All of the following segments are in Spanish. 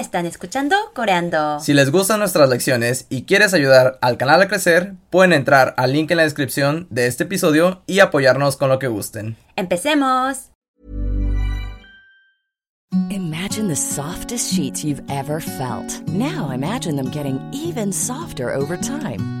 están escuchando Coreando. Si les gustan nuestras lecciones y quieres ayudar al canal a crecer, pueden entrar al link en la descripción de este episodio y apoyarnos con lo que gusten. ¡Empecemos! Imagine the softest sheets you've ever felt. Now imagine them getting even softer over time.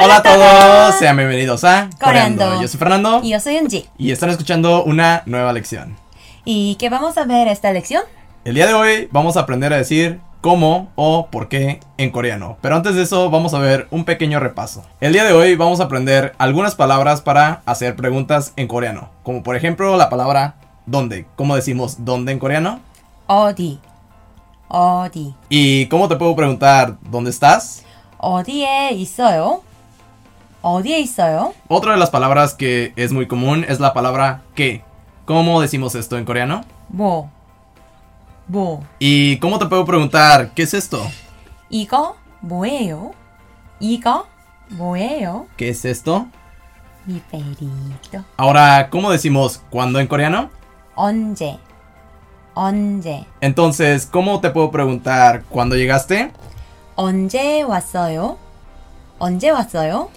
Hola a todos, todos. sean bienvenidos a Coreando. Coreando. Yo soy Fernando Y yo soy Unji. y están escuchando una nueva lección. ¿Y qué vamos a ver esta lección? El día de hoy vamos a aprender a decir cómo o por qué en coreano. Pero antes de eso vamos a ver un pequeño repaso. El día de hoy vamos a aprender algunas palabras para hacer preguntas en coreano. Como por ejemplo la palabra dónde. ¿Cómo decimos dónde en coreano? 어디. 어디. ¿Y cómo te puedo preguntar dónde estás? 어디에 있어요? 어디에 있어요? Otra de las palabras que es muy común es la palabra qué. ¿Cómo decimos esto en coreano? 뭐. 뭐. ¿Y cómo te puedo preguntar qué es esto? 이거 뭐예요? 이거 뭐예요? ¿Qué es esto? Mi perito. Ahora, ¿cómo decimos cuándo en coreano? 언제. 언제. Entonces, ¿cómo te puedo preguntar cuándo llegaste? 언제 왔어요? 언제 왔어요?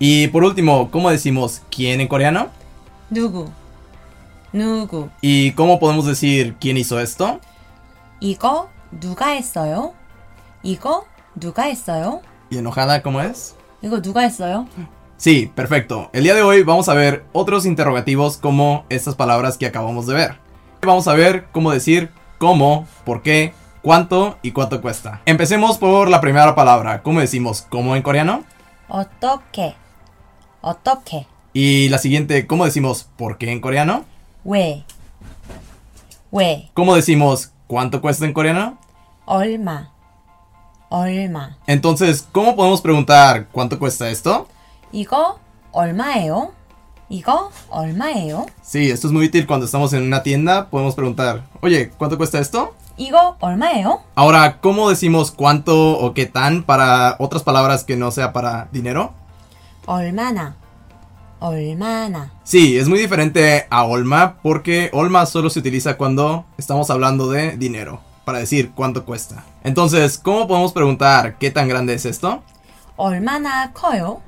Y por último, ¿cómo decimos quién en coreano? 누구? 누구? ¿Y cómo podemos decir quién hizo esto? 이거 누가 했어요? 이거 누가 했어요? ¿Y enojada cómo es? 이거 누가 했어요? Sí, perfecto. El día de hoy vamos a ver otros interrogativos como estas palabras que acabamos de ver. Vamos a ver cómo decir cómo, por qué, cuánto y cuánto cuesta. Empecemos por la primera palabra. ¿Cómo decimos cómo en coreano? 어떻게? 어떻게? Y la siguiente, ¿cómo decimos por qué en coreano? 왜? 왜? ¿Cómo decimos cuánto cuesta en coreano? 얼마? 얼마? Entonces, ¿cómo podemos preguntar cuánto cuesta esto? 이거 얼마예요? 이거 얼마예요? Sí, esto es muy útil cuando estamos en una tienda. Podemos preguntar, oye, ¿cuánto cuesta esto? 이거 얼마예요? Ahora, ¿cómo decimos cuánto o qué tan para otras palabras que no sea para dinero? 얼마나? 얼마나? Sí, es muy diferente a Olma porque Olma solo se utiliza cuando estamos hablando de dinero, para decir cuánto cuesta. Entonces, ¿cómo podemos preguntar qué tan grande es esto? 얼마나 커요?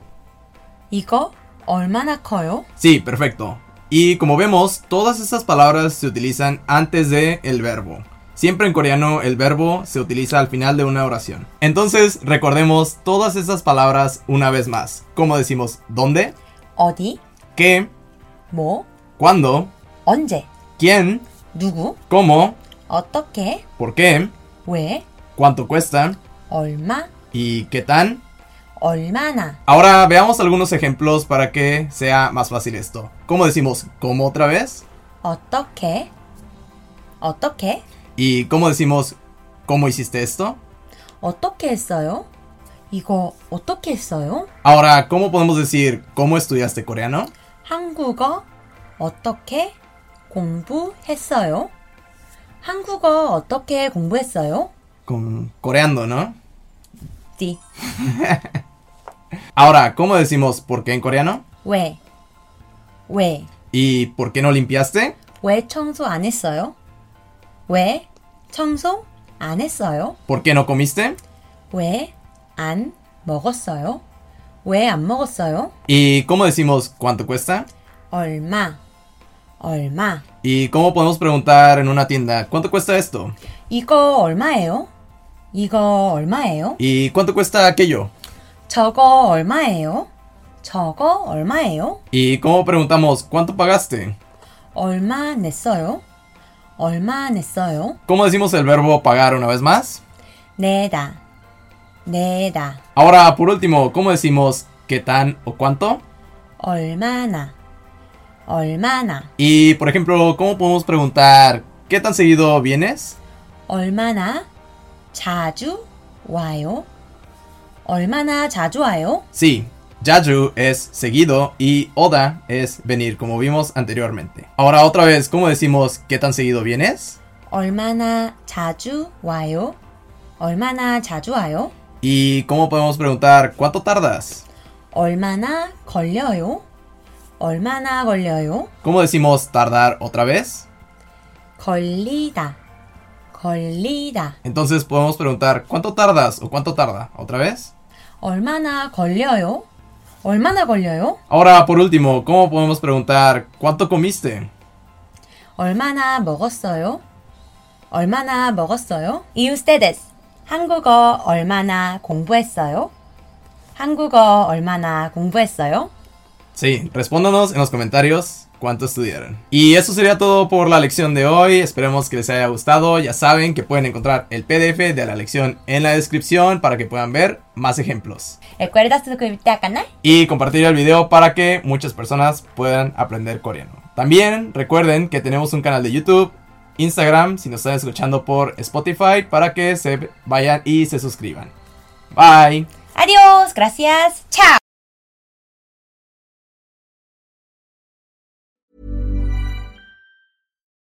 이거 얼마나 커요? Sí, perfecto. Y como vemos, todas estas palabras se utilizan antes de el verbo. Siempre en coreano el verbo se utiliza al final de una oración. Entonces, recordemos todas estas palabras una vez más. ¿Cómo decimos dónde? 어디? ¿Qué? 뭐? ¿Cuándo? 언제? ¿Quién? 누구? ¿Cómo? 어떻게? ¿Por qué? 왜? ¿Cuánto cuesta? 얼마? ¿Y qué tan? 얼마나? Ahora veamos algunos ejemplos para que sea más fácil esto. ¿Cómo decimos cómo otra vez? 어떻게? 어떻게? ¿Y cómo decimos cómo hiciste esto? 어떻게 했어요? 이거 어떻게 했어요? Ahora, ¿cómo podemos decir cómo estudiaste coreano? 한국어 어떻게 공부했어요? 한국어 어떻게 공부했어요? Con coreando, ¿no? 띠. Ahora, ¿cómo decimos por qué en coreano? 왜? 왜? ¿Y por qué no limpiaste? 왜 청소 안 했어요? 왜 청소 안 했어요? ¿Por qué no comiste? 왜 안 먹었어요? 왜 안 먹었어요? ¿Y cómo decimos cuánto cuesta? 얼마? 얼마? ¿Y cómo podemos preguntar en una tienda cuánto cuesta esto? 이거 얼마예요? 이거 얼마예요? ¿Y cuánto cuesta aquello? 저거 얼마예요? 저거 얼마예요? ¿Y cómo preguntamos cuánto pagaste? 얼마 냈어요? 얼마 냈어요? ¿Cómo decimos el verbo pagar una vez más? 내다. 내다. Ahora, por último, ¿cómo decimos qué tan o cuánto? 얼마나. 얼마나. Y, por ejemplo, ¿cómo podemos preguntar qué tan seguido vienes? 얼마나. 자주 와요? 얼마나 자주 와요? Sí, Yaju es seguido y Oda es venir, como vimos anteriormente. Ahora otra vez, ¿cómo decimos qué tan seguido vienes? 얼마나 자주 와요? 얼마나 자주 와요? ¿Y cómo podemos preguntar cuánto tardas? 얼마나 걸려요? 얼마나 걸려요? ¿Cómo decimos tardar otra vez? 걸리다. 걸리다. Entonces podemos preguntar cuánto tardas o cuánto tarda otra vez. 얼마나 걸려요? 얼마나 걸려요? Ahora por último, ¿cómo podemos preguntar cuánto comiste? 얼마나 먹었어요? 얼마나 먹었어요? 이웃 스테데스. 한국어 얼마나 공부했어요? 한국어 얼마나 공부했어요? Sí, respóndanos en los comentarios cuánto estudiaron. Y eso sería todo por la lección de hoy. Esperemos que les haya gustado. Ya saben que pueden encontrar el PDF de la lección en la descripción para que puedan ver más ejemplos. ¿Recuerdas suscribirte al canal? Y compartir el video para que muchas personas puedan aprender coreano. También recuerden que tenemos un canal de YouTube, Instagram, si nos están escuchando por Spotify, para que se vayan y se suscriban. Bye. Adiós, gracias, chao.